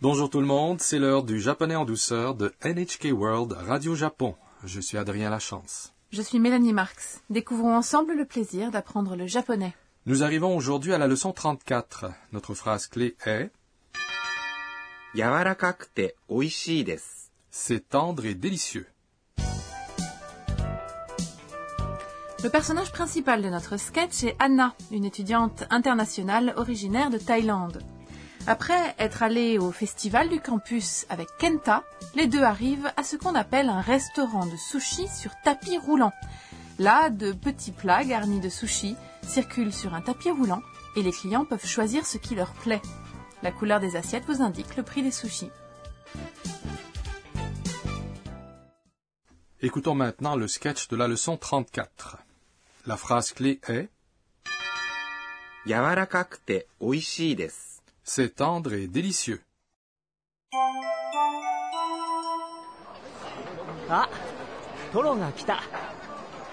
Bonjour tout le monde, c'est l'heure du japonais en douceur de NHK World Radio Japon. Je suis Adrien Lachance. Je suis Mélanie Marx. Découvrons ensemble le plaisir d'apprendre le japonais. Nous arrivons aujourd'hui à la leçon 34. Notre phrase clé est 柔らかくて美味しいです。 C'est tendre et délicieux. Le personnage principal de notre sketch est Anna, une étudiante internationale originaire de Thaïlande. Après être allée au festival du campus avec Kenta, les deux arrivent à ce qu'on appelle un restaurant de sushi sur tapis roulant. Là, de petits plats garnis de sushi circulent sur un tapis roulant et les clients peuvent choisir ce qui leur plaît. La couleur des assiettes vous indique le prix des sushis. Écoutons maintenant le sketch de la leçon 34. La phrase clé est 柔らかくて美味しいです。 C'est tendre et délicieux. あトロが来た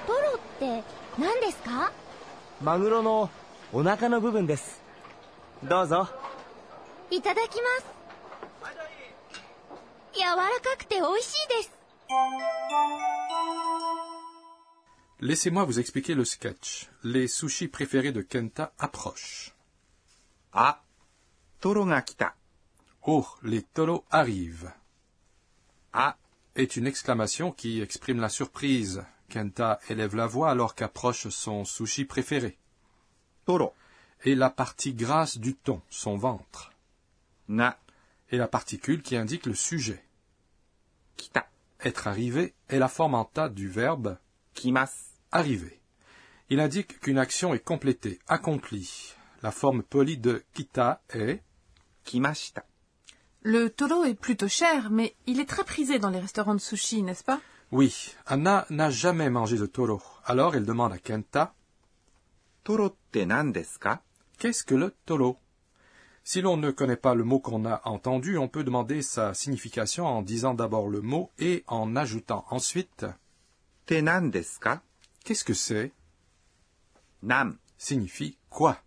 トロって何ですかマグロのお腹の部分ですどうぞいただきます柔らかくて美味しいです Laissez-moi vous expliquer le sketch. Les sushis préférés de Kenta approchent. あ、トロが来た。 Oh, les toros arrivent. あ、 est une exclamation qui exprime la surprise. Kenta élève la voix alors qu'approche son sushi préféré. トロ Et la partie grasse du ton, son ventre. が Et la particule qui indique le sujet. 来た。 Être arrivé est la forme en tas du verbe 来ます。 arriver. Il indique qu'une action est complétée, accomplie. La forme polie de kita est 来ました。 Le toro est plutôt cher, mais il est très prisé dans les restaurants de sushi, n'est-ce pas oui. Anna n'a jamais mangé de toro. Alors elle demande à Kenta トロって何ですか Qu'est-ce que le toro Si l'on ne connaît pas le mot qu'on a entendu, on peut demander sa signification en disant d'abord le mot et en ajoutant ensuite って何ですか Qu'est-ce que c'est なん、 signifie quoi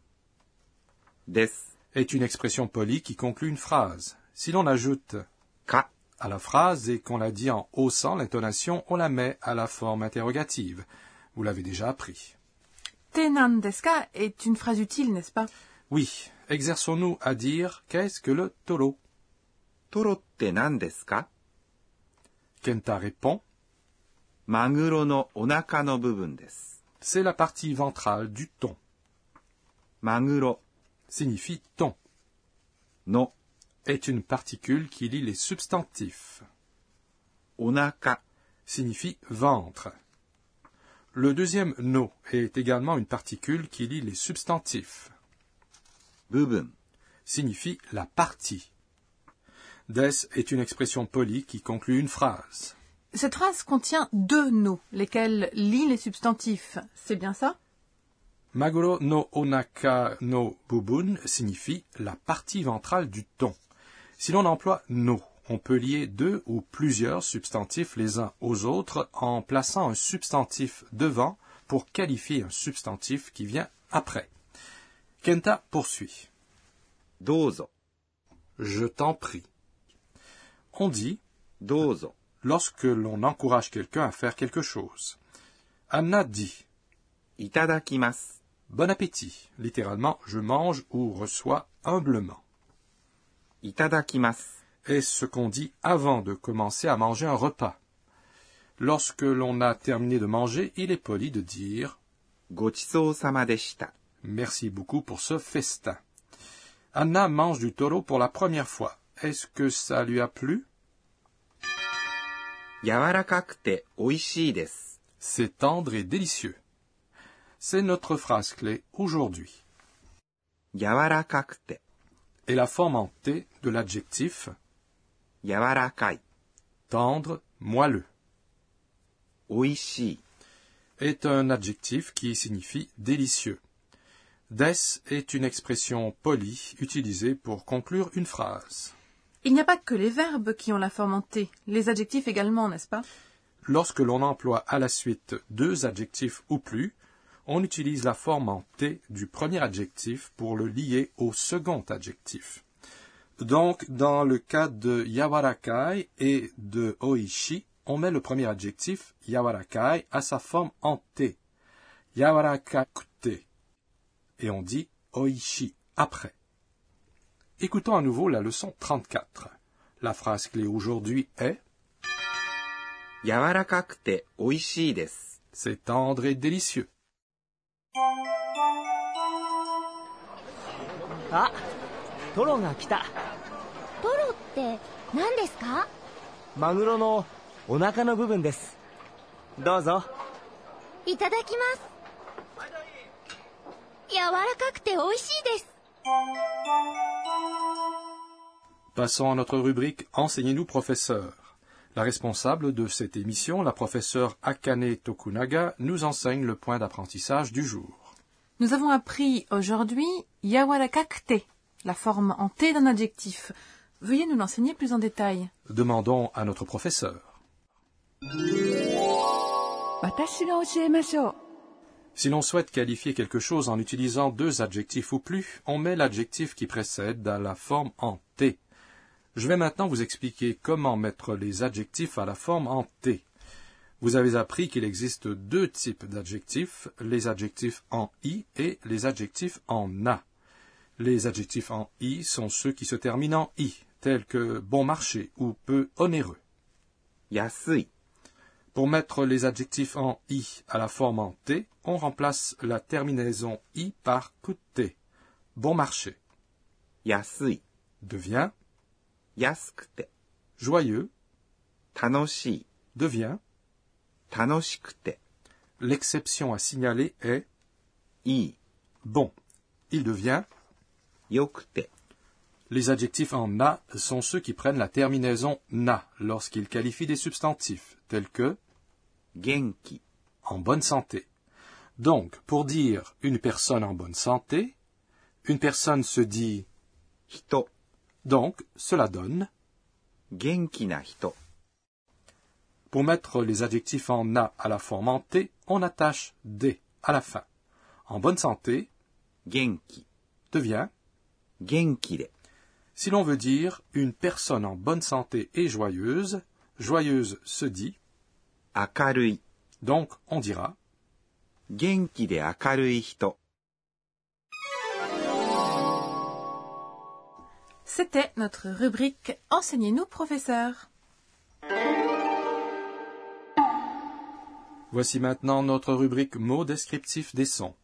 です、 est une expression polie qui conclut une phrase. Si l'on ajoute か、 à la phrase et qu'on la dit en haussant l'intonation, on la met à la forme interrogative. Vous l'avez déjà appris. Tenan deska est une phrase utile, n'est-ce pas Oui, exerçons-nous à dire qu'est-ce que le toro トロって何ですか Kenta répond マグロのお腹の部分です。 c'est la partie ventrale du ton, マグロ signifie ton. の est une particule qui lie les substantifs, お腹、 signifie ventre. Le deuxième no est également une particule qui lie les substantifs, 部分、 signifie la partie. Des est une expression polie qui conclut une phrase. Cette phrase contient deux no, lesquels lient les substantifs. C'est bien ça Maguro no onaka no bubun signifie la partie ventrale du ton. Si l'on emploie no, on peut lier deux ou plusieurs substantifs les uns aux autres en plaçant un substantif devant pour qualifier un substantif qui vient après. Kenta poursuit. どうぞ、 Je t'en prie. On dit どうぞ、 lorsque l'on encourage quelqu'un à faire quelque chose. Anna dit いただきます。 Bon appétit. Littéralement, je mange ou reçois humblement. いただきます。 est ce qu'on dit avant de commencer à manger un repas. Lorsque l'on a terminé de manger, il est poli de dire ごちそうさまでした。 merci beaucoup pour ce festin. Anna mange du taureau pour la première fois. Est-ce que ça lui a plu 柔らかくて美味しいです。 C'est tendre et délicieux. C'est notre phrase clé aujourd'hui. 柔らかくて、 Et la forme en T de l'adjectif 柔らかい、 tendre, moelleux, 美味しい。 est un adjectif qui signifie délicieux. Des est une expression polie utilisée pour conclure une phrase. Il n'y a pas que les verbes qui ont la forme en T, les adjectifs également, n'est-ce pas Lorsque l'on emploie à la suite deux adjectifs ou plus, on utilise la forme en T du premier adjectif pour le lier au second adjectif. Donc, dans le cas de yawarakai et de oishi, on met le premier adjectif yawarakai à sa forme en T. Yawarakakute. Et on dit oishi après. Écoutons à nouveau la leçon 34. La phrase clé aujourd'hui est 柔らかくて美味しいです。 c'est tendre et délicieux. あトロが来たポロって何ですかマグロのお腹の部分ですどうぞいただきます柔らかくて美味しいです Passons à notre rubrique Enseignez-nous professeur. La responsable de cette émission, la professeure Akane Tokunaga, nous enseigne le point d'apprentissage du jour. Nous avons appris aujourd'hui yawarakakte, la forme en T d'un adjectif. Veuillez nous l'enseigner plus en détail. Demandons à notre professeur. Si l'on souhaite qualifier quelque chose en utilisant deux adjectifs ou plus, on met l'adjectif qui précède à la forme en T. Je vais maintenant vous expliquer comment mettre les adjectifs à la forme en T. Vous avez appris qu'il existe deux types d'adjectifs, les adjectifs en I et les adjectifs en A. Les adjectifs en I sont ceux qui se terminent en I, tels que bon marché ou peu onéreux. 安い、 Pour mettre les adjectifs en i à la forme en t, on remplace la terminaison i par coûter. Bon marché 安い、 devient 安くて、 joyeux, 楽しい、 devient 楽しくて、 l'exception à signaler est い bon. Il devient い、良くて、 les adjectifs en na sont ceux qui prennent la terminaison na lorsqu'ils qualifient des substantifs tels que 元気、 en bonne santé. Donc, pour dire une personne en bonne santé, une personne se dit 人、 donc cela donne 元気な人、 Pour mettre les adjectifs en a à la forme en t, on attache d à la fin. En bonne santé 元気、 devient, 元気で、 si l'on veut dire une personne en bonne santé et joyeuse, joyeuse se dit, 明るい、 donc on dira. 元気で明るい人。 C'était notre rubrique Enseignez-nous professeur. Voici maintenant notre rubrique mots descriptifs des sons.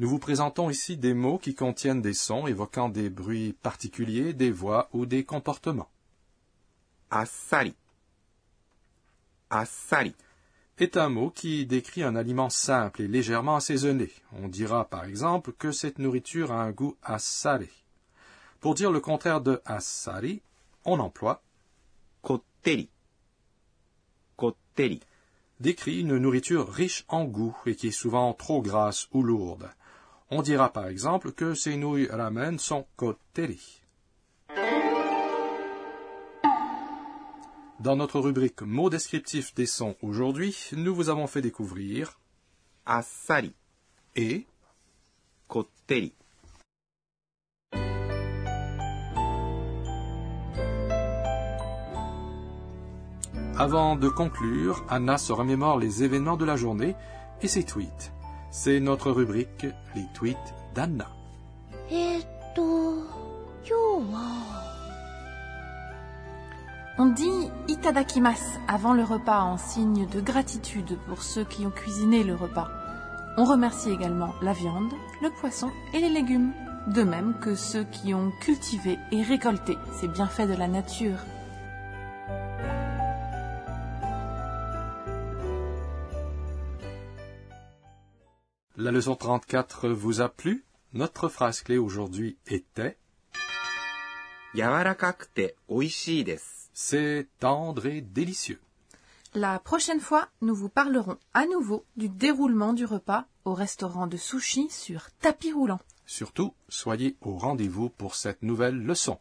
Nous vous présentons ici des mots qui contiennent des sons évoquant des bruits particuliers, des voix ou des comportements. あっさり、あっさり、 est un mot qui décrit un aliment simple et légèrement assaisonné. On dira par exemple que cette nourriture a un goût assari. Pour dire le contraire de assari, on emploie こってり、こってり、 décrit une nourriture riche en goût et qui est souvent trop grasse ou lourde. On dira par exemple que ces nouilles ramen sont kotteri. Dans notre rubrique mots descriptifs des sons aujourd'hui, nous vous avons fait découvrir あっさり、 et こってり。 Avant de conclure, Anna se remémore les événements de la journée et ses tweets. C'est notre rubrique Les tweets d'Anna. えーっと今日は On dit itadakimasu avant le repas en signe de gratitude pour ceux qui ont cuisiné le repas. On remercie également la viande, le poisson et les légumes, de même que ceux qui ont cultivé et récolté ces bienfaits de la nature. La leçon 34 vous a plu Notre phrase clé aujourd'hui était 柔らかくて美味しいです。 C'est tendre et délicieux. La prochaine fois, nous vous parlerons à nouveau du déroulement du repas au restaurant de sushi sur tapis roulant. Surtout, soyez au rendez-vous pour cette nouvelle leçon.